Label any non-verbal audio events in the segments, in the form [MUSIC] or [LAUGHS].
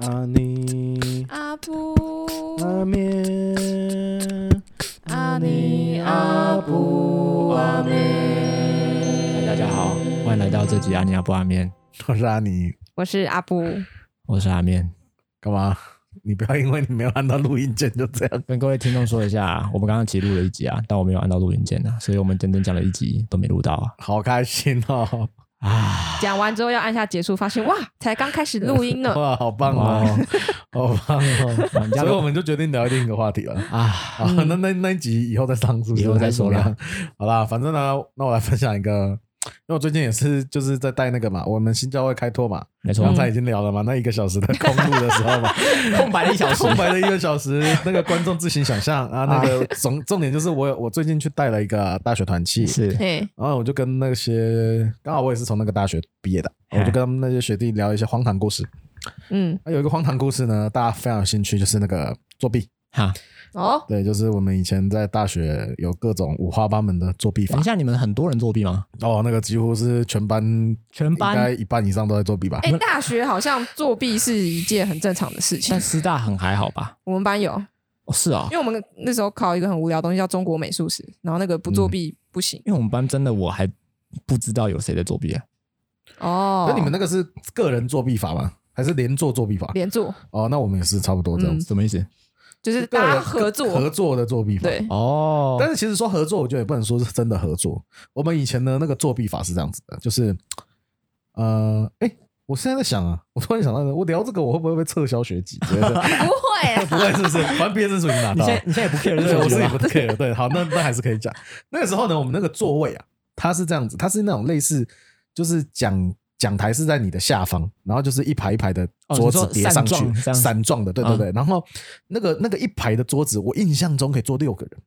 阿尼阿布阿面，阿尼阿布嗨，阿妹，大家好，欢迎来到这集阿尼亚布阿面，我啊是阿尼，我是阿布，我是阿面。干嘛？你不要因为你没有按到录音键就这样。跟各位听众说一下，我们刚刚其实录了一集啊，但我没有按到录音键啊，所以我们整整讲了一集都没录到啊。好开心哦！啊，讲完之后要按下结束，发现哇，才刚开始录音呢。 [LAUGHS] 哇，好棒哦， [LAUGHS] 好棒哦！人家 [LAUGHS] 所以我都们就决定聊另一个话题了。啊，啊，那那那一集以后再上，是不是？以后再说啦还是怎么样。好啦，反正呢，那我来分享一个，因为我最近也是就是在带那个嘛，我们新教会开拓嘛， [LAUGHS] 没错刚， [LAUGHS] 才已经聊了嘛，那一个小时的公路的时候嘛，空白了一小时空白的一个小时，那个观众自行想象啊。那哎个重重点就是我有我最近去带了一个大学团契，是嘿，然后我就跟那些刚好我也是从那个大学毕业的，嗯我就跟他们那些学弟聊一些荒唐故事。嗯，啊有一个荒唐故事呢，大家非常有兴趣，就是那个作弊。哈。哦，对，就是我们以前在大学有各种五花八门的作弊法等一。下，你们很多人作弊吗？哦，那个几乎是全班全应该班？一半以上都在作弊吧？哎，大学好像作弊是一件很正常的事情嗯但。师大很还好吧？我们班有，哦，是啊、因为我们那时候考一个很无聊的东西叫中国美术史，然后那个不嗯作弊不行。因为我们班真的我还不知道有谁在作弊啊。哦，那你们那个是个人作弊法吗？还是连坐作弊法？连坐哦，那我们也是差不多这样子，什么意思？就是个大家人合作，合作的作弊法。对，哦，但是其实说合作，我觉得也不能说是真的合作。我们以前的那个作弊法是这样子的，就是，呃，哎，我现在在想啊，我突然想到，我聊这个我会不会被撤销学籍之类的？不会啊， [LAUGHS] 不会是不是？反正毕业证书已经拿你到现了在。你现在也不 care 对，这我个自己吧不 care。对，好，那那还是可以讲。那个时候呢，我们那个座位啊，它是这样子，它是那种类似，就是讲。讲台是在你的下方，然后就是一排一排的哦桌你子说叠上去，散状这样子嗯散状的，对对对。然后那个那个一排的桌子，我印象中可以坐六个人，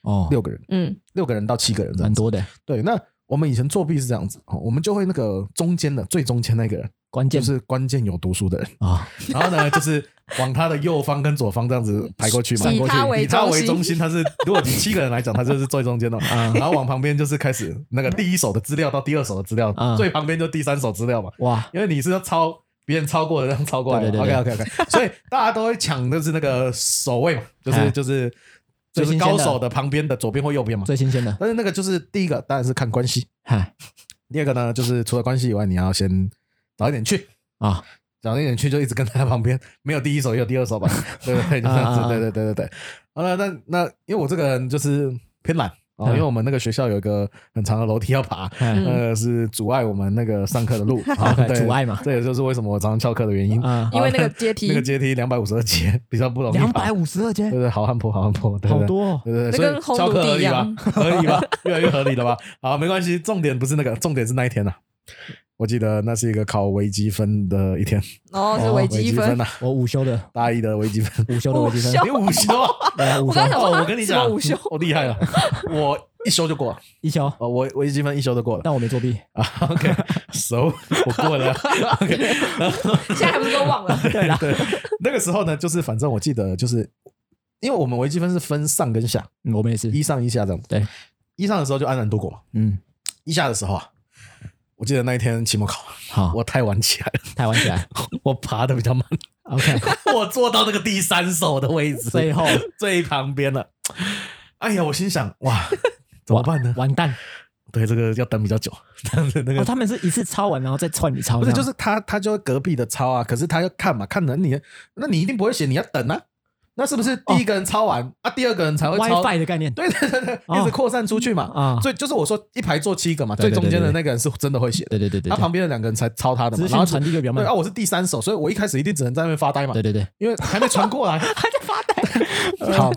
哦，六个人，嗯，六个人到七个人这蛮样子。多的，对，那我们以前作弊是这样子，哦，我们就会那个中间的最中间那个人，关就键是关键有读书的人， [LAUGHS] 啊，然后呢，就是往他的右方跟左方这样子排过去 [LAUGHS] 嘛，以过去他为以他中为心中心，他是如果以七个人来讲，他就是最中间的。 [LAUGHS] 啊然后往旁边就是开始那个第一手的资料到第二手的资料，嗯最旁边就第三手资料嘛，哇，因为你是要抄别人抄过的，让抄过来对的。对 OK 对 OK [LAUGHS] OK，所以大家都会抢的是那个首位嘛，就是哎就是最就是新鲜高的手的旁边的左边或右边嘛。最新鲜的，但是那个就是第一个当然是看关系，嗨第二个呢就是除了关系以外，你要先早一点去，啊，早一点去就一直跟在他旁边，没有第一手也有第二手 [LAUGHS] 吧，对对对，就这样啊啊子，啊对对对对对。好了，那那因为我这个人就是偏懒哦，嗯因为我们那个学校有一个很长的楼梯要爬，嗨嗯 [LAUGHS] 那个是阻碍我们那个上课 [LAUGHS] 的路，啊，OK，对阻碍嘛这也就是为什么我常常翘课的原因，啊，因为那个阶梯 [LAUGHS] 那个阶梯两百五十二阶比较不容易爬，两哦百五十二间对，对，好汉坡，好汉坡，对对好对多哦对对，那所以跟红翘土课合地理一吧 [LAUGHS] 样？合理吧？越来越合理了吧？ [LAUGHS] 好，没关系，重点不是那个，重点是那一天呐、啊我记得那是一个考微积分的一天，然后是哦微积积分呐、，我午休的，。大一的微积分 [LAUGHS] 午休的微积分午，休你午休啊？对啊，午我休刚想说哦，啊我跟你什讲，么午休我厉害 [LAUGHS] 了，我一修就过了。一休，哦，我微积分一修就过了但我没作弊，啊。OK，so、我过 [LAUGHS] 了。OK， [LAUGHS] 现在还不是都忘了？ [LAUGHS] 对啦，对，那个时候呢，就是反正我记得就是。因为我们微积分是分上跟下，嗯我们也是，一上一下这样子。对，一上的时候就安然度过嘛，嗯，一下的时候啊，我记得那一天期末考，好，我太晚起来了，台湾起来啊 [LAUGHS] 我爬的比较慢， ，OK， [LAUGHS] 我坐到那个第三手的位置，最后最旁边了。哎呀，我心想，哇，怎么办呢？完蛋，对，这个要等比较久。 [LAUGHS] 但是那哦，个他们是一次抄完，然后再串你抄，不是，这就样是他，他就隔壁的抄啊，可是他要看嘛，看了你，那你一定不会写，你要等啊。那是不是第一个人抄完啊，第二个人才会抄？ WiFi 的概念，对对对对，哦一直扩散出去嘛。啊，所以就是我说一排坐七个嘛，对最对对中间的对对那个人是真的会写的，对对对对他旁对，边的两个人才抄他的嘛资。然后讯传递给比较慢对啊，，我是第三手，所以我一开始一定只能在那边 [LAUGHS] 发呆嘛，对对对，因为还没传过来，还在发 [LAUGHS] 呆。好，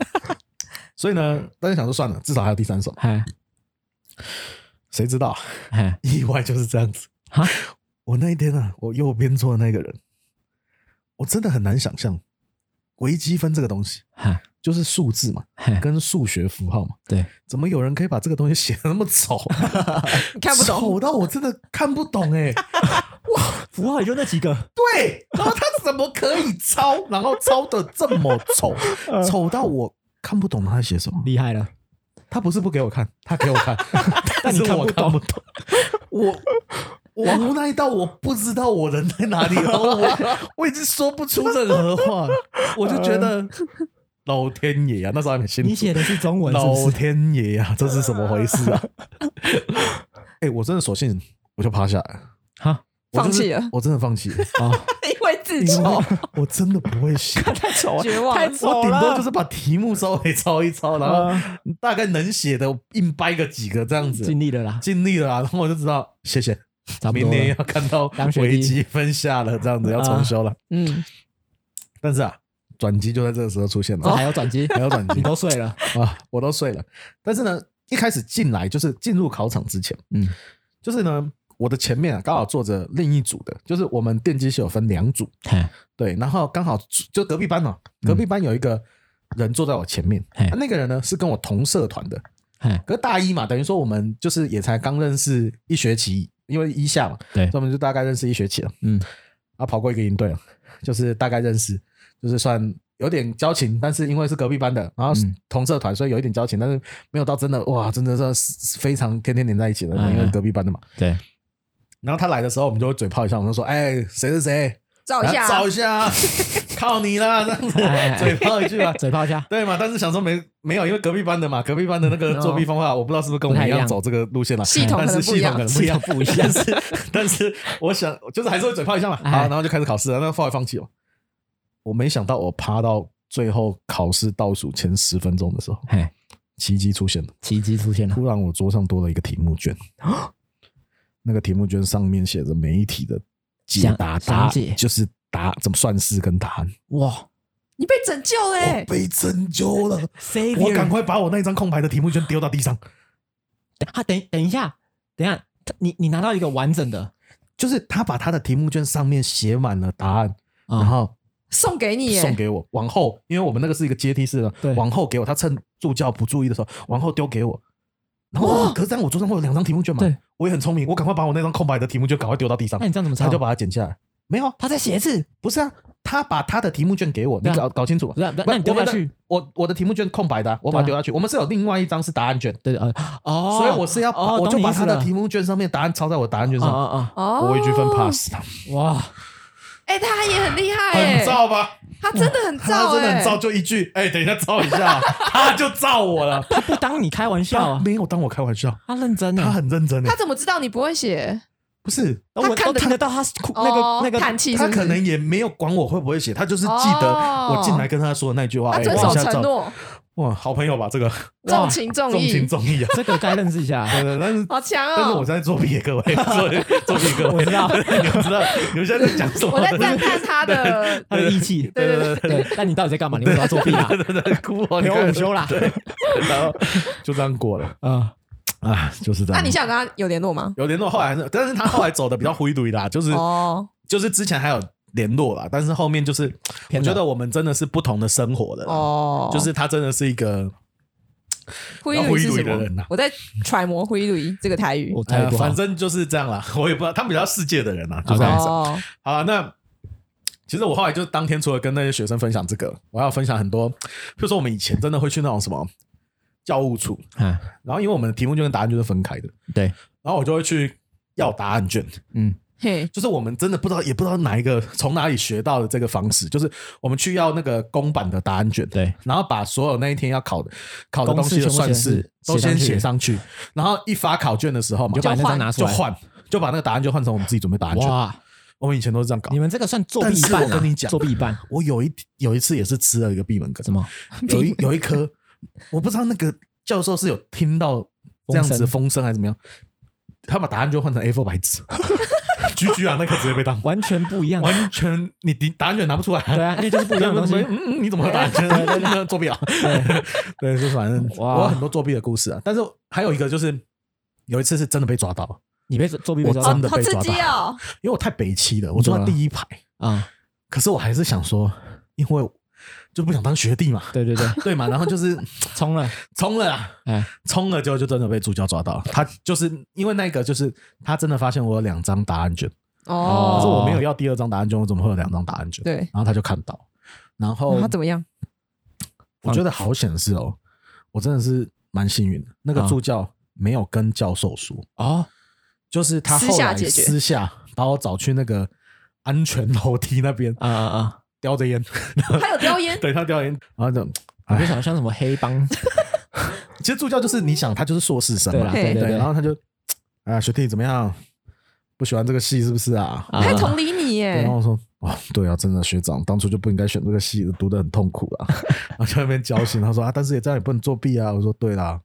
所以呢，大家想说算了，至少还有第三手。嗨谁知道嗨，意外就是这样子哈。我那一天啊，我右边坐的那个人，我真的很难想象微积分这个东西，嗨就是数字嘛，嗨，跟数学符号嘛，对，怎么有人可以把这个东西写的那么 [LAUGHS] 丑？你看不懂，丑到我真的看不懂哎、符号也就那几个，对，然后他怎么可以抄，然后抄的这么丑， [LAUGHS] 嗯丑到我看不懂他在写什么。厉害 [LAUGHS] 了， [LAUGHS] 他不是不给我看，他给我看，但你是看我不看懂不懂。我我无奈到我不知道我人在哪里了， [LAUGHS] 我我已经说不出任何话，我就觉得老天爷啊，那时候还没信嗯主，你写的是中文是老不是？天爷呀、这是什么回事 [LAUGHS] 啊？哎、我真的索性我就趴下来了，哈，我放真是弃了我真的放弃了，因为 [LAUGHS] 自嘲，我真的不会 [LAUGHS] 写。太 [LAUGHS] 丑绝望了我顶多就是把题目稍微抄一抄，然嗯后大概能写的硬掰个几个这样子，尽力了啦，尽力了啦。然后我就知道，谢谢，差不明多年了。要看到当学弟啊微积分下了，这样子要重修了。嗯，但是啊，转机就在这个时候出现这了，哦还有转机，还有转 [LAUGHS] 你机都睡了，啊，我都睡了。但是呢，一开始进来就是进入考场之前，嗯，就是呢，我的前面啊刚好坐着另一组的，就是我们电机系有分两组，嘿，对，然后刚好就隔壁班哦，嗯隔壁班有一个人坐在我前面，嘿啊那个人呢是跟我同社团的，嘿，可是大一嘛，等于说我们就是也才刚认识一学期，因为一下嘛，对所以我们就大概认识一学期了，嗯，啊，跑过一个营队了，就是大概认识，就是算有点交情，但是因为是隔壁班的，然后嗯同社团，所以有一点交情，但是没有到真的哇，真的是非常天天黏在一起的，嗯因为隔壁班的嘛。对，然后他来的时候，我们就会嘴炮一下，我们就说：“哎，谁谁谁，照一下来啊找一，下啊，靠你啦！”这样子哎哎嘴炮一句嘛，啊 [LAUGHS] 嘴炮一下，对嘛？但是想说没没有，因为隔壁班的嘛，隔壁班的那个作弊方法，我不知道是不是跟我们不太一一样样走这个路线了，系统但可是能不系一统样可能不一样，不一但样， [LAUGHS] 是啊但是我想就是还是会嘴炮一下嘛，好，哎然后就开始考试了，那放也放弃了。我没想到我趴到最后考试倒数前十分钟的时候，嘿，奇迹出现了，奇迹出现了，突然我桌上多了一个题 [GASPS] 目卷，那个题目卷上面写着每一题的解详答详答解就是答怎么算式跟答案，哇你被拯救了哎我欸，被拯救了。我赶，Savior，快把我那一张空白的题目卷丢到地上。他等等一下，等一下，他你你拿到一个完整的，就是他把他的题目卷上面写满了答案，啊然后送给你耶，送给我。往后，因为我们那个是一个阶梯式对的，往后给我。他趁助教不注意的时候，往后丢给我。然后我，可是这样我桌上会有两张题目卷嘛？对，哎我也很聪明，我赶快把我那张空白的题目卷赶快丢到地上那。你这样怎么抄？他就把它捡下来。没有，啊他在写字，不是啊，他把他的题目卷给我，你对啊搞搞清楚。不是啊，不是那你我丢们下的去，我我的题目卷空白的啊，我把它对丢啊下去。我们是有另外一张是答案卷，对呃，哦，所以我是要把哦我就懂你把意思他的了题目卷上面答案抄在我答案卷啊上。啊啊，哦，我一句分 pass 他，哇，哎，他也很厉害哎，吧？他真的很他照，真的哎很，照，就一句，哎、等一下照一 [LAUGHS] 下，他就照我了。他不当你开玩笑他啊，没有当我开玩笑，他认真他啊，很认真的他，怎么知道你不会写？不是。我看都得听得到他哭那哦个那个。叹气是不他是，可能也没有管我会不会写，他就是记得哦我进来跟他说的那句话，他哎、遵往守下承照。诺，哇，好朋友吧，这个重情重重情义，重义啊 [LAUGHS] 这个该认识一下，对对，但是、好强但是我哦！在作弊，各位， [LAUGHS] 作作弊各我位，知道你们知道你们现在在讲什么？我在赞叹他 [LAUGHS] 的他的义气，对对对对，但你到底在干嘛？你为什么要作弊啊？对对对，哭哦，陪你我看午休啦，然后就这样过了啊，啊，就是这那样。你现在有跟他有联络吗？有联络，后来还是，但是他后来走的比较灰堆啦，就是、哦，就是之前还有联络啦，但是后面就是我偏了觉得我们真的是不同的生活的啦，哦，就是他真的是一个灰驴是什要灰驴的人么啊？我在揣摩灰驴这个台语我。猜呃，不好反，正就是这样啦，我也不知道他们比较世界的人啦，就 OK 这样子。哦，好啦那其实我后来就当天除了跟那些学生分享这个，我还要分享很多，比如说我们以前真的会去那种什么教务处，啊，然后因为我们的题目卷跟答案卷是分开的，对，然后我就会去要答案卷，嗯，嘿，就是我们真的不知道，也不知道哪一个从哪里学到的这个方式，就是我们去要那个公版的答案卷，对，然后把所有那一天要考的考的公东式西的全部算写上式去都写上先去写上去，然后一发考卷的时候嘛，你就把那张拿出就来，换，就把那个答案就换成我们自己准备答案卷。哇，我们以前都是这样搞你。们这个算作弊但办是啊我跟你讲作弊办我有一有一次也是吃了一个闭门羹什，么？有一有一科，我不知道那个教授是有听到这样子的风声还是怎么样，他把答案就换成 A4 白纸， [LAUGHS] 居居啊，那个直接被当。完全不一样，啊完全你答答案卷拿不出来、对啊，因为就是不一样 [LAUGHS] 的东西没。嗯，嗯你怎么会答案卷？那作弊啊？ [LAUGHS] 对，就反正哇我有很多作弊的故事啊。但是还有一个就是，有一次是真的被抓到，你被作弊被我抓真到的好被刺抓激到，哦！因为我太北七了，我坐在第一排，啊？可是我还是想说，因为就不想当学弟嘛，对对对， [LAUGHS] 对嘛，然后就是 [LAUGHS] 冲了，冲了啦，哎，冲了之后就真的被助教抓到了。他就是因为那个，就是他真的发现我有两张答案卷，可是哦，我没有要第二张答案卷，我怎么会有两张答案卷？对，然后他就看到，然后然后怎么样？我觉得好显示哦，嗯我真的是蛮幸运的。那个啊助教没有跟教授说，哦，就是他私后下来解决私下把我找去那个安全楼梯那边啊啊啊！叼着烟， [LAUGHS] 还有叼烟，对他叼烟，然后就我就想像什么黑帮，其实助教就是你想他就是硕士生对啦，啊嘛，对对对对，对然后他就啊学弟怎么样，不喜欢这个系是不是啊？啊还同理你对然耶后，我说哦，对啊，真的学长当初就不应该选这个系，读的很痛苦啊。 [LAUGHS] 然后就在那边交心，他说啊，但是也这样也不能作弊啊。我说对啦，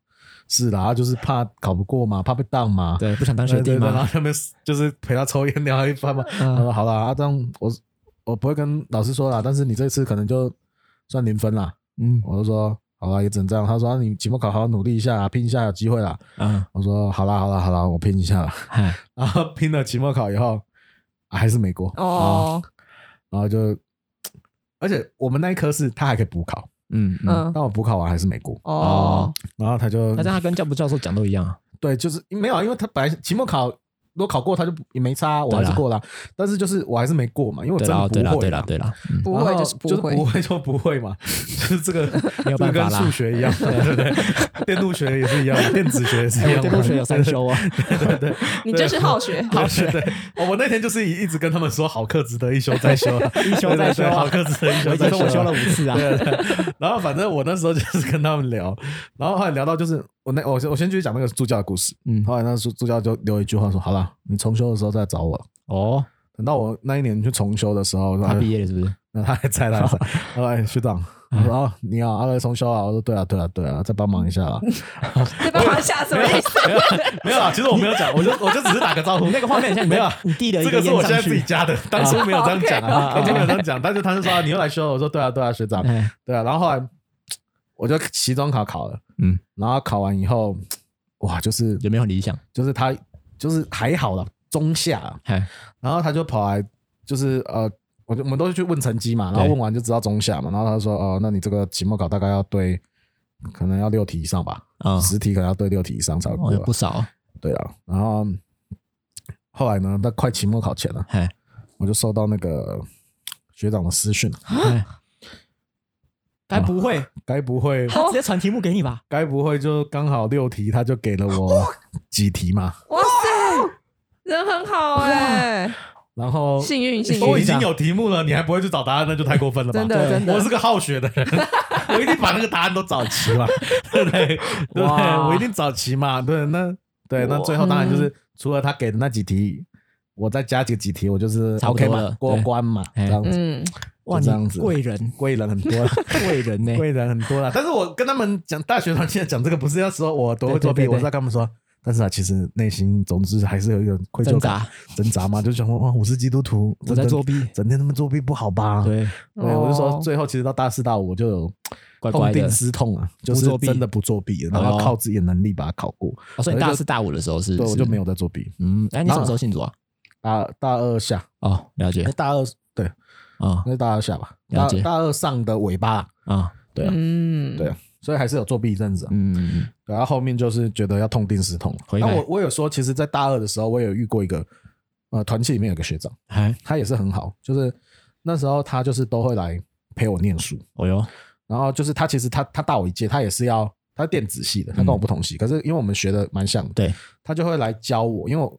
是啦，他啊就是怕考不过嘛，怕被当嘛。对，不想当学弟对对对然嘛后，他们就是陪他抽烟聊一番嘛。嗯他说好啦，啊，这样我我不会跟老师说啦，但是你这次可能就算零分啦。嗯我就说好啦，也只能这样。他说、啊、你期末考好好努力一下啊，拼一下有机会啦。啊，我说好啦好啦好啦，我拼一下啦。 [LAUGHS] 嗨，然后拼了期末考以后，啊还是没过。哦，然后就，而且我们那一科是他还可以补考，嗯嗯，嗯，但我补考完还是没过，哦，然后他就那这样他跟教不教授讲都一样啊，对，就是没有啊，因为他本来期末考如果考过他就也没差，我还是过了啊，但是就是我还是没过嘛，因为我对真啦的对啦不对会啊啦啦对啦，嗯不然会后就是不啊哦就是会不，会就不会嘛， [LAUGHS] 就是这个没有办法就啦跟数学一样， [LAUGHS] 对不对？电路学也是一样嘛，电子学也是一哎我样嘛，电路学有三修哦，对，对对，你真是好学，好学。对，我那天就是一直跟他们说，好课值得一修再 [LAUGHS] 修啊， [LAUGHS] 一修再修对对对啊好课值得一我修已再经修说啊。我修了五次啊，对对对然后反正我那时候就是跟他们聊，然后后来聊到就是我那我先我先继续讲那个助教的故事。嗯，后来那助助教就留一句话说：“好了，你重修的时候再找我。哦，”等到我那一年去重修的时候，他他毕业了是不是？那他还在，他还在。他说：“哎，学长，我说哦，你好，阿来重修啊。”我说：“对啊，对啊，对啊，再帮忙一下啦。这把我吓死我一跳。” [LAUGHS] 没有啊，其实我没有讲，我就我就只是打个招呼。那个画面很像你没有在啊你递了一这个是烟我现上在自己去，加的，当初没有这样讲 [LAUGHS] 啊，啊当初没有这样讲，但是他就说啊你又来修了，我说对啊对啊学长，哎，对啊，然后后来我就期中考考了，嗯，然后考完以后，哇，就是有没有很理想？就是他就是还好了，中下啊，嗨，然后他就跑来就是呃，我就我们都是去问成绩嘛，然后对问完就知道中下嘛，然后他就说哦、那你这个期末考大概要对，可能要六题以上吧，啊，十题可能要对六题以上才会哦过有啊，不少哦，对啊，然后后来呢，到快期末考前了。啊嗨，我就收到那个学长的私讯，啊嗨该不会该不会，他直接传题目给你吧？该不会就刚好六题，他就给了我几题嘛？哇塞，人很好哎，然后幸运幸都已运，经有题目了，你还不会去找答案，那就太过分了吧？真的对真的我是个好学的人， [LAUGHS] 我一定把那个答案都找齐嘛， [LAUGHS] 对不对？对不对？哇我一定找齐嘛，对，那对，那最后当然就是除了他给的那几题，我再加几几题，我就是差不 OK 多了嘛，过对关嘛，这哎样子，嗯，哇，哦就这样你子贵人，贵人很 [LAUGHS] 多。贵人呢？ [LAUGHS] 贵人很多啦。但是我跟他们讲大学团现在讲这个，不是要说我多会作弊，对对对对我是要跟他们说。但是啊，其实内心总之还是有一个愧疚挣感扎，挣扎嘛，就想说哇，我是基督徒，我在整作弊，整天他们作弊不好吧？ [LAUGHS] 对，对，我就说哦最后其实到大四大五我就有乖痛乖的定。思痛啊，就不是作弊真的不作弊，然后靠自己的能力把它考过。哦所以你大四大五的时候是，对，我就没有。有在作弊。嗯，哎，你什么时候信主啊？大大二下，哦，了解哎，大二对，啊那是大二下吧，了大解大二上的尾巴，啊，对啊嗯，对啊所以还是有作弊一阵子啊。嗯嗯嗯对，然后后面就是觉得要痛定思痛。回那来我我有说，其实，在大二的时候，我有遇过一个呃团契里面有个学长，哎，他也是很好，就是那时候他就是都会来陪我念书，哦哟，然后就是他其实他他大我一届，他也是要他是电子系的，他跟我不同系，可是因为我们学的蛮像的，嗯对，他就会来教我，因为我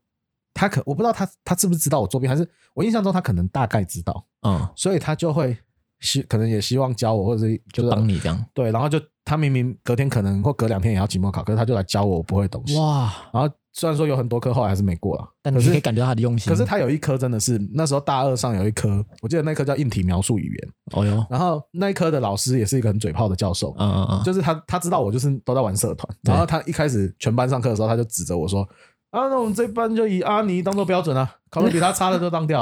他可我不知道他他知不知道我作弊，还是我印象中他可能大概知道，嗯，所以他就会希可能也希望教我，或者是就就是啊帮你这样。对，然后就他明明隔天可能或隔两天也要期末考，可是他就来教我我不会的东西。哇，然后虽然说有很多科后来还是没过了，但你可以感觉到他的用心。可是他有一科真的是那时候大二上有一科，我记得那科叫硬体描述语言，哦哟，然后那一科的老师也是一个很嘴炮的教授，嗯嗯嗯，就是他他知道我就是都在玩社团，对然后他一开始全班上课的时候他就指着我说。啊，那我们这班就以阿尼当做标准啊，考的比他差的就 [LAUGHS] 当掉，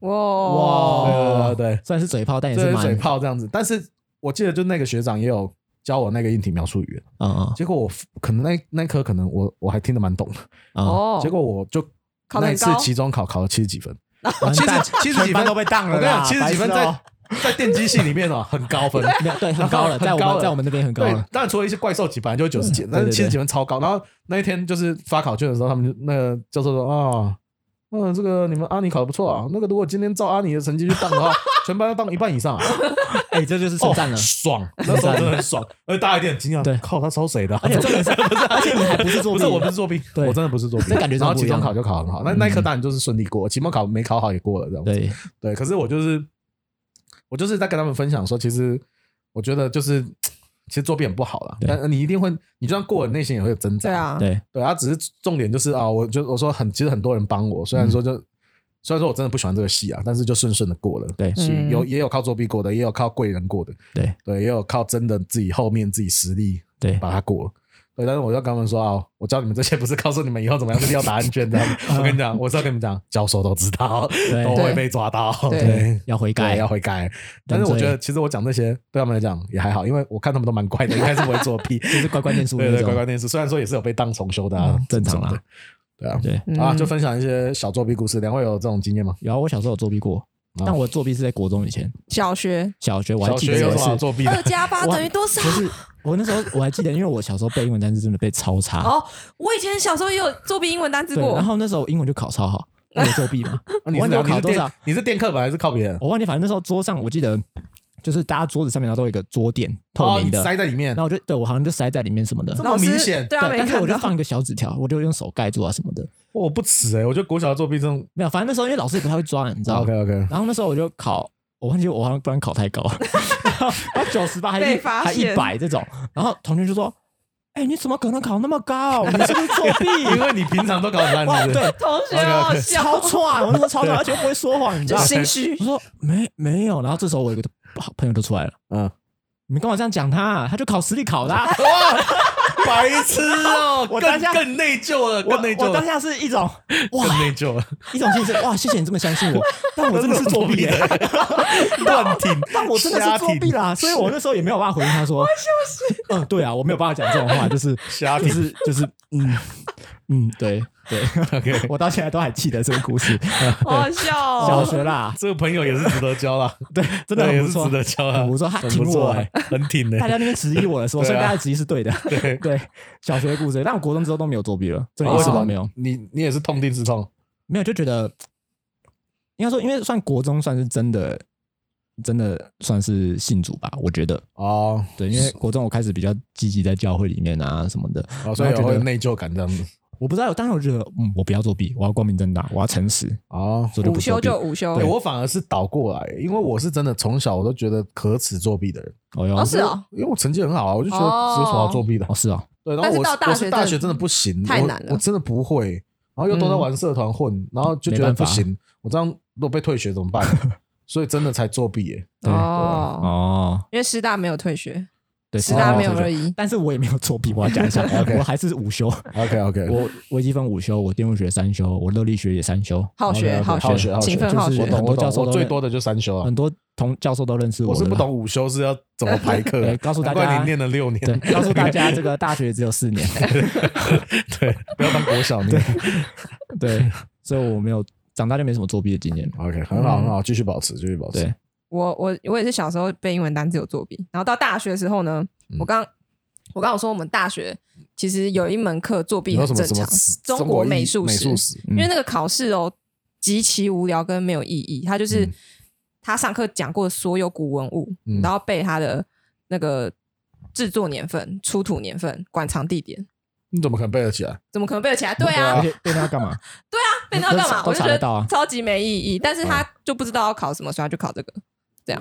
哇，对对对虽然是嘴炮，但也这是是蛮嘴。炮这样子。但是我记得就那个学长也有教我那个硬体描述语言，嗯结果我可能那那一科可能我我还听得蛮懂的，嗯嗯，哦，结果我就考得那很一次高期中考考了七十几分，完七蛋十七十几全班分都被当我了啦。跟你讲，七十几分白痴在哦在电机系里面哦，很 [LAUGHS] 高分。没有对，很高了，很在我高了们在我们那边很高对了。，嗯当然除了一些怪兽级，本来就九十几，对但是对七十几分超高。然后那一天就是发考卷的时候，他们就那个教授说：“哦，嗯，这个你们阿尼考的不错啊。那个如果今天照阿尼的成绩去 [LAUGHS] 当的话，全班要当一半以上、啊，哎、这就是称赞了啊哦。爽！ [LAUGHS] 那时候真的很爽，而且大家一定很惊讶，对靠，他超谁的啊、而 [LAUGHS] 且重点是，而且你还不是作不弊，是，我不是作弊，对我真的不是作弊。这感觉然后真的不期一样中考就考很好，那嗯那一科当然就是顺利过，期末考没考好也过了，这样子。对，对，可是我就是我就是在跟他们分享说，其实我觉得就是其实作弊很不好啦，对但你一定会，你就算过了，内心也会有挣扎。对，啊，对，对啊，只是重点就是啊，我就我说很，其实很多人帮我，虽然说就、虽然说我真的不喜欢这个戏啊，但是就顺顺的过了。嗯对是嗯有也有靠作弊过的，也有靠贵人过的，对对，也有靠真的自己后面自己实力对，把它过了。对，但是我就跟他们说啊，我教你们这些不是告诉你们以后怎么样去要答案卷的， [LAUGHS] 我跟你讲，我是要跟你们讲，教授都知道，对都会被抓到，对对，要悔改改，要悔改。但是我觉得其实我讲这些对他们来讲也还好，因为我看他们都 [LAUGHS] 蛮乖的，应该是不会作弊，就是乖乖念书的对那对，种，乖乖念书。虽然说也是有被当重修的啊嗯，正常啦的，对啊。对。嗯啊，就分享一些小作弊故事，两位有这种经验吗？然后我小时候有作弊过，但我作弊是在国中以前，小学小学我还小记学得有有一什么好次，作弊 [LAUGHS] 二的？啊加八我等于多少不？是我那时候我还记得，因为我小时候背英文单词真的背超差，哦，我以前小时候也有作弊英文单词对，然过，后那时候我英文就考超好，我有作弊嘛，啊 [LAUGHS] 你我是忘记我你考是多少电，你是电课本还是靠别人？我忘记，反正那时候桌上我记得就是大家桌子上面然后都有一个桌垫，透哦，明你的，塞在里面然，后我就对我好像就塞在里面什么的，这么老师明显对啊，对没但是看我就到。放一个小纸条，我就用手盖住啊什么的，我不耻哎，我觉得国小的作弊这种啊没有，反正那时候因为老师也不太会抓，你知道，OK。OK，然后那时候我就考，我忘记我好像不然考太高，然后九十八还被一发还一现百这种，然后同学就说：“哎、你怎么可能考那么高？你是不是作弊因为你平常都搞很哇？” [LAUGHS] 烂，是不是对，同学好好 OK，OK 笑超，串，我那时候超串，而且又不会说谎，你知就道？心虚我。说没没有，然后这时候我有一个好朋友就出来了，嗯，你们干嘛这样讲他、他就考实力考的啊、 [LAUGHS] 白痴哦， [LAUGHS] 我更当下更内疚了，我更内疚我当了，下是一种更哇，内疚了。一种心 [LAUGHS] 情是哇，谢谢你这么相信我，但我真的是作弊、欸。 [LAUGHS] 乱挺，但我真的是作弊啦，所以我那时候也没有办法回应他说，我嗯，对啊，我没有办法讲这种 [LAUGHS] 话，就是瞎就挺。是就是，嗯 [LAUGHS] 嗯，对 [LAUGHS] 对， OK，我到现在都还记得这个故事，好好笑小哦！学啦， [LAUGHS] 这个朋友也是值得交啦，对， [LAUGHS] 真的对很也不是错啊值，得交啦，很不错他很挺不错我欸，很挺的大。家那边质疑我的时候，对啊所以大家质疑是 [LAUGHS] 对的， [LAUGHS] 对，对，小学的故事，但我国中之后都没有作弊了，真的为一什次么都没有，哦你你也是痛定思痛？没有就觉得，应该说，因为算国中算是真的。真的算是信主吧，我觉得哦，对，因为国中我开始比较积极在教会里面啊什么的，哦所然后以有觉会有得内疚感这样子。我不知道，当时我觉得，嗯，我不要作弊，我要光明正大，我要诚实，哦，所以就午不作休弊。就午休对，我反而是倒过来，因为我是真的从小我都觉得可耻作弊的人，哦哟，哦是哦，因为我成绩很好啊，我就觉得哦只有什么好作 [LAUGHS] 弊的哦。是哦，对，然但后是我到大我学是大真的学真的不行，太我难了我真的不会。然后又都在玩社团混，然后就觉嗯得没办不法行，我这样如果被退学怎么 [LAUGHS] 办？所以真的才作弊耶。对哦，哦，因为师大没有退学，对，师哦大没退有学二一，但是我也没有作弊，我要 [LAUGHS] 讲一下 OK，我还是午休， OK OK，我微积分午休，我电路学三休，我热力学也三休，好学好好学学好，学勤奋就好是我学。懂，很多我懂教，授我都最认多的就三修啊很。多同教授都认识我我是的不啦懂午休是要怎么排课 [LAUGHS] 对，告诉大家难怪你念了六年，对， [LAUGHS] 告诉大家这个大学只有四 [LAUGHS] 年，对， [LAUGHS] 不要当国小念。对，所以我没有长大就没什么作弊的经 [LAUGHS] 验啊了。 OK，很好很好，继续保持，继续保持嗯对。我我我也是小时候背英文单词有作弊，然后到大学的时候呢，嗯我刚我刚有说我们大学其实有一门课作弊有很什么正什常么史，中国国艺美美术史，史？嗯因为那个考试哦极其无聊跟没有意义，他就是、他上课讲过的所有古文物，嗯然后背他的那个制作年份、出土年份、馆藏地点，你怎么可能背得起来？怎么可能背得起来？对对啊而，且对那要干嘛？背那要干嘛？都都我就查觉得到啊得超级没意义，但是嗯他就不知道要考什么，所以他就考这个。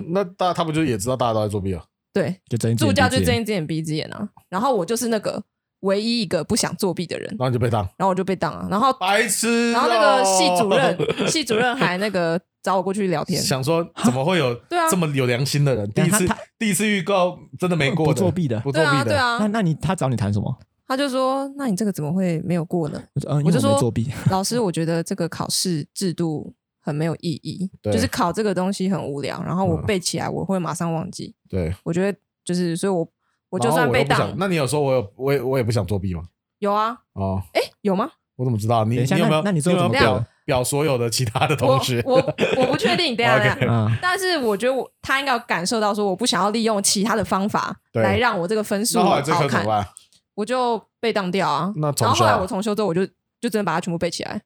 那大他不就也知道大家都在作弊了？对，就睁一只助眼教闭就一只睁眼一只眼闭一只眼啊。然后我就是那个唯一一个不想作弊的人，然后你就被当然后我就被当啊。然后白痴哦。然后那个系主 [LAUGHS] [LAUGHS] 任，系主任还那个找我过去聊天，想说怎么会有对啊这么有良心的人？第一次啊他他第一次预告真的没过不的，作弊的不对作啊弊对的。啊那，那你他找你谈什么？他就说：“那你这个怎么会没有过呢我说嗯，因为我就我没说作 [LAUGHS] 弊。？”老师，我觉得这个考试制度很没有意义， [LAUGHS] 对就是考这个东西很无聊。然后我嗯背起来，我会马上忘记。对，我觉得就是，所以我啊我我就算被又不想当，那你有说我有我也我也不想作弊吗？有啊，哦，哎，有吗？我怎么知道？你等一下你有没有？那那你最有后没有怎么表表所有的其他的我同学？我我不确 [LAUGHS] 定，等一下 OK 等一下。啊，但是我觉得我他应该有感受到，说我不想要利用其他的方法对来让我这个分数那后来这好科怎么看，办？我就被当掉啊。那重然后修后啊来我重修之后，我就就真的把它全部背起来。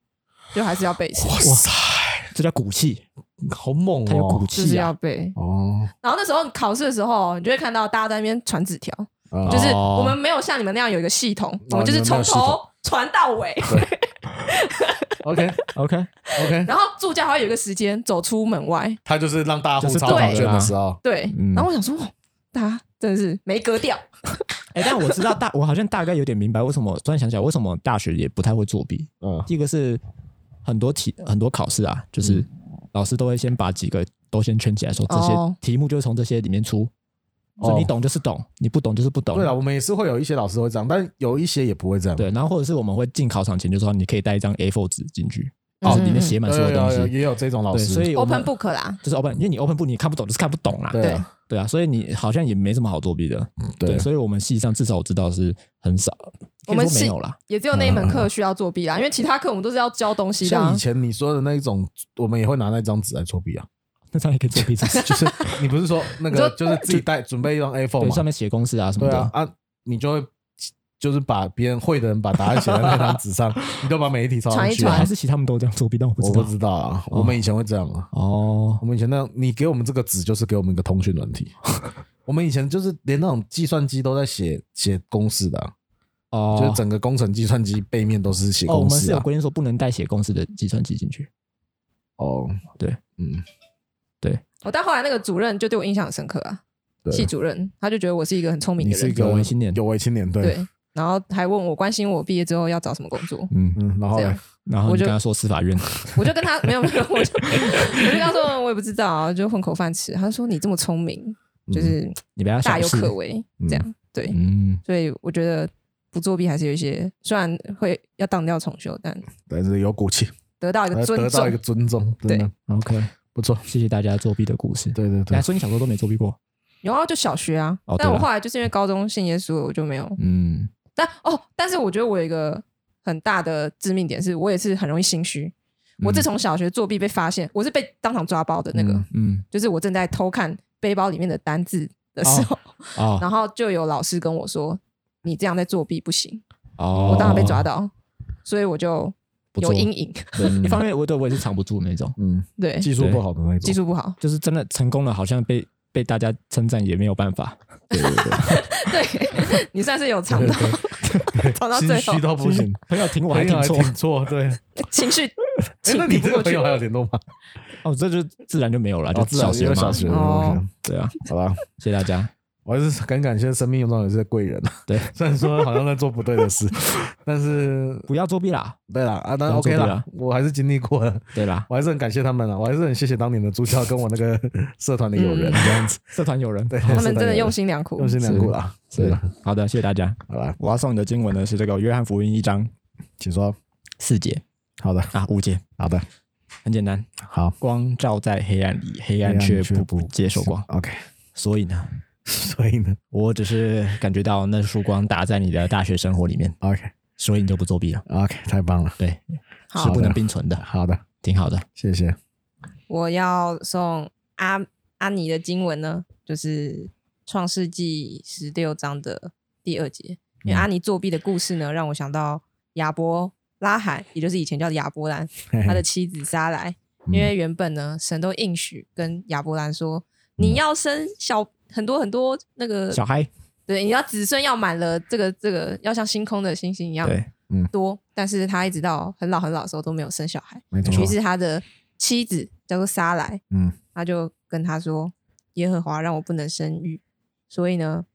就还是要背一次，塞，这叫骨气，好猛它叫骨哦！就气是啊要。背。哦，然后那时候考试的时候，你就会看到大家在那边传纸条，啊就是哦我们没有像你们那样有一个系统，我哦们就是你从们没有系统头传到尾。 OK [LAUGHS] OK， OK，然后助教还会有一个时间走出门外，他就是让大家互就是抄考对卷的时候，对。嗯然后我想说，哇，大家真的是没格调，哎、但我知道大，我好像大概有点明白为什么。突然想起来，为什么大学也不太会作弊。嗯，第一个是很多题、很多考试啊，就是嗯老师都会先把几个都先圈起来，说这哦些题目就是从这些里面出，所以你哦懂就是懂，你不懂就是不懂。啊对了，我们也是会有一些老师会这样，但有一些也不会这样。对，然后或者是我们会进考场前就说你可以带一张 A4 纸进去，哦就是里面写满有，所有东有有西。也有这种老对，师，所以我 open 们 book 啦，就是 open，因为你 open 不你看不懂就是看不懂啦。对啊对啊，所以你好像也没什么好作弊的。对啊所以我们系上至少我知道是很少，我可们以说系没有啦。也只有那一门课需要作弊啦，因为其他课我们都是要教东西的啊嗯像以。前你说的那一种，我们也会拿那张纸来 [LAUGHS] 作弊啊。那上也可以作弊， [LAUGHS] 就是你不是说那你说个就是自己带准备一张 A4 对上嘛？面写公式啊什么对的。啊啊，你就会就是把别人会的人把答案写在那张 [LAUGHS] 纸上，你就把每一题抄上传一去对啊啊。传还是其他们都这样作弊，但我不知我道。不知道啊，我们以前会这样啊。哦我，们以前那样，你给我们这个纸就是给我们一个通讯 [LAUGHS] 软体。我们以前就是连那种计算机都在写写公式的啊、哦就是整个工程计算机背面都是写哦，我公们式是有啊。规定说不能带写公式的计算机进去。哦，对，嗯，我哦但后来那个主任就对我印象很深刻啊，对系主任他就觉得我是一个很聪明你的是一人，个有为青年有为青年，对，对，然后还问我关心我毕业之后要找什么工作，嗯，嗯，然后这嘞样，然后我你就跟他说司法院，我就跟他没有没有，我就我就跟他说我也不知道啊，就混口饭吃。他说你这么聪明，嗯就是你不要大小有视可为，这样对，嗯，所以我觉得不作弊还是有一些，虽然会要当掉重修，但但是有骨气，得到一个尊呃得到一个重。尊重，真的对 OK，不错。谢谢大家作弊的故事。对对哎，对，所以你小时候都没作弊过？然后就小学啊哦，对但我啦后来就是因为高中信耶稣，我就没有。嗯，但哦，但是我觉得我有一个很大的致命点是，我也是很容易心虚。我自从小学作弊被发现，我是被当场抓包的那个，嗯，就是我正在偷看背包里面的单字的时候，哦 [LAUGHS] 然后就有老师跟我说：“你这样在作弊不行。”哦，我当场被抓到，所以我就不有错阴影，对。一方面，我对我也是藏不住那种，，嗯， [LAUGHS] 对，技术不好的那一种，技术不好就是真的成功了，好像被被大家称赞也没有办 [LAUGHS] 法，对对对，对你算是有藏到藏到最后心虚，到不行，朋友 [LAUGHS] 挺我还朋挺友还错挺错，对。 [LAUGHS] 情绪哎，那挺挺你不这个过朋去友。还有联络吗？ [LAUGHS] 哦，这就自然就没有了，啊哦就自然小学因为嘛，小学的哦东西，对啊，好吧。谢谢大家，我还是很感谢生命中有些贵人，啊对， [LAUGHS] 虽然说好像在做不对的事， [LAUGHS] 但是不要作弊啦，对啦，啊，但不要做 OK 对啦啦，我还是经历过了，对啦， [LAUGHS] 我还是很感谢他们啊，我还是很谢谢当年的助教跟我那个 [LAUGHS] 社团的友嗯人这样子，社团有人，对，他社们真团友的人用心良苦，用心良苦啦，对是啦，好的，谢谢大家。好啦，我要送你的经文呢是这个《约翰福音》一章请说，四节好的，啊五节，好的，很简单，好，光照在黑暗里，黑暗却不接受光。 ，OK，所以呢， [LAUGHS] 所以呢我只是感觉到那束光打在你的大学生活里面， ，OK，OK，所以你就不作弊了。太棒了，对，好是不能并存的，好的，挺好的。谢谢，我要送阿阿尼的经文呢，就是《创世纪》十六章的第二节，嗯因为阿尼作弊的故事呢，让我想到亚伯拉罕，也就是以前叫亚伯兰，嘿嘿他的妻子撒莱，嗯因为原本呢，神都应许跟亚伯兰说，嗯你要生小很多很多那个小孩，对，你要子孙要满了，这个这个要像星空的星星一样对，多，但是他一直到很老很老的时候都没有生小孩。没错于，是他的妻子叫做撒莱，嗯，他就跟他说：“耶和华让我不能生育，所以呢，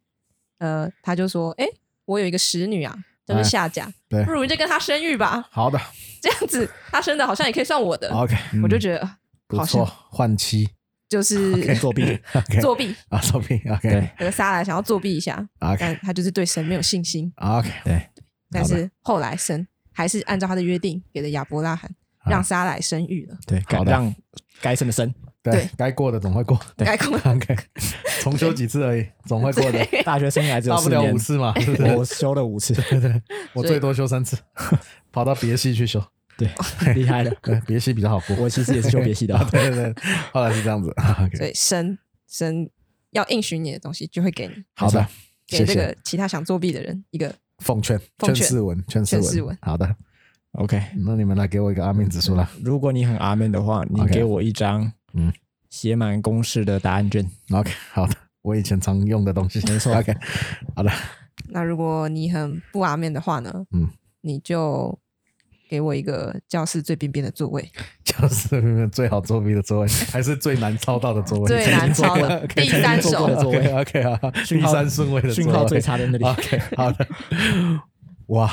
呃，他就说：‘哎，我有一个使女啊，叫做哎夏甲，对不如你就跟她生育吧。 [LAUGHS] 好的这样子，她生的好像也可以算我的。’ ，OK，呃嗯我就觉得啊不好错，像 [LAUGHS] 换妻就是作 [LAUGHS] 弊。 ，OK，作弊，啊，作弊，OK，对那个撒莱想要作弊一下， OK 但他就是对神没有信心。 OK，对，但是后来神还是按照他的约定给了亚伯拉罕，啊让撒莱生育了。对，好的让该生的生，对对，该过的总 [LAUGHS] 会过。该哭了 [LAUGHS] OK，重修几次而已，总会过的，大学生涯只有 [LAUGHS] 大不四了年五，次嘛，是不是？ [LAUGHS] 我修了五 [LAUGHS] 次，我最多修三次， [LAUGHS] 跑到别系去修，对，厉 [LAUGHS] 害了。对，别系比较好过。我其实也是修别系的啊， [LAUGHS] 对对对，后来是这样子。 [LAUGHS] 所 OK，以神神要应许你的东西，就会给你，好的，给谢这谢。个其他想作弊的人一个奉劝，奉劝劝世文，劝劝世世文文。好的， OK，那你们来给我一个阿面指数啦。如果你很阿面的话，你 OK 给我一张，嗯，写满公式的答案 [LAUGHS] 卷。 OK，好的，我以前常用的东西。嗯没错 [LAUGHS] OK，好的，那如果你很不阿面的话呢，嗯，你就给我一个教室最边边的座位，就是你们最好作弊的座位， [LAUGHS] 还是最难抄到的座位？最难抄 [LAUGHS] 的 OK，第三坐过的首，座位 OK 啊，讯第号三顺位的讯座号位最差的那里 [LAUGHS] OK，好的。哇，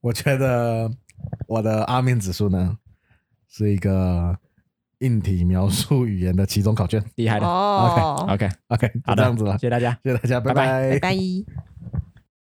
我觉得我的阿面指数呢是一个硬体描述语言的期中考卷。厉害的。哦 OK， OK，好的，就这样子了谢，谢大家。谢谢大家，拜拜拜拜。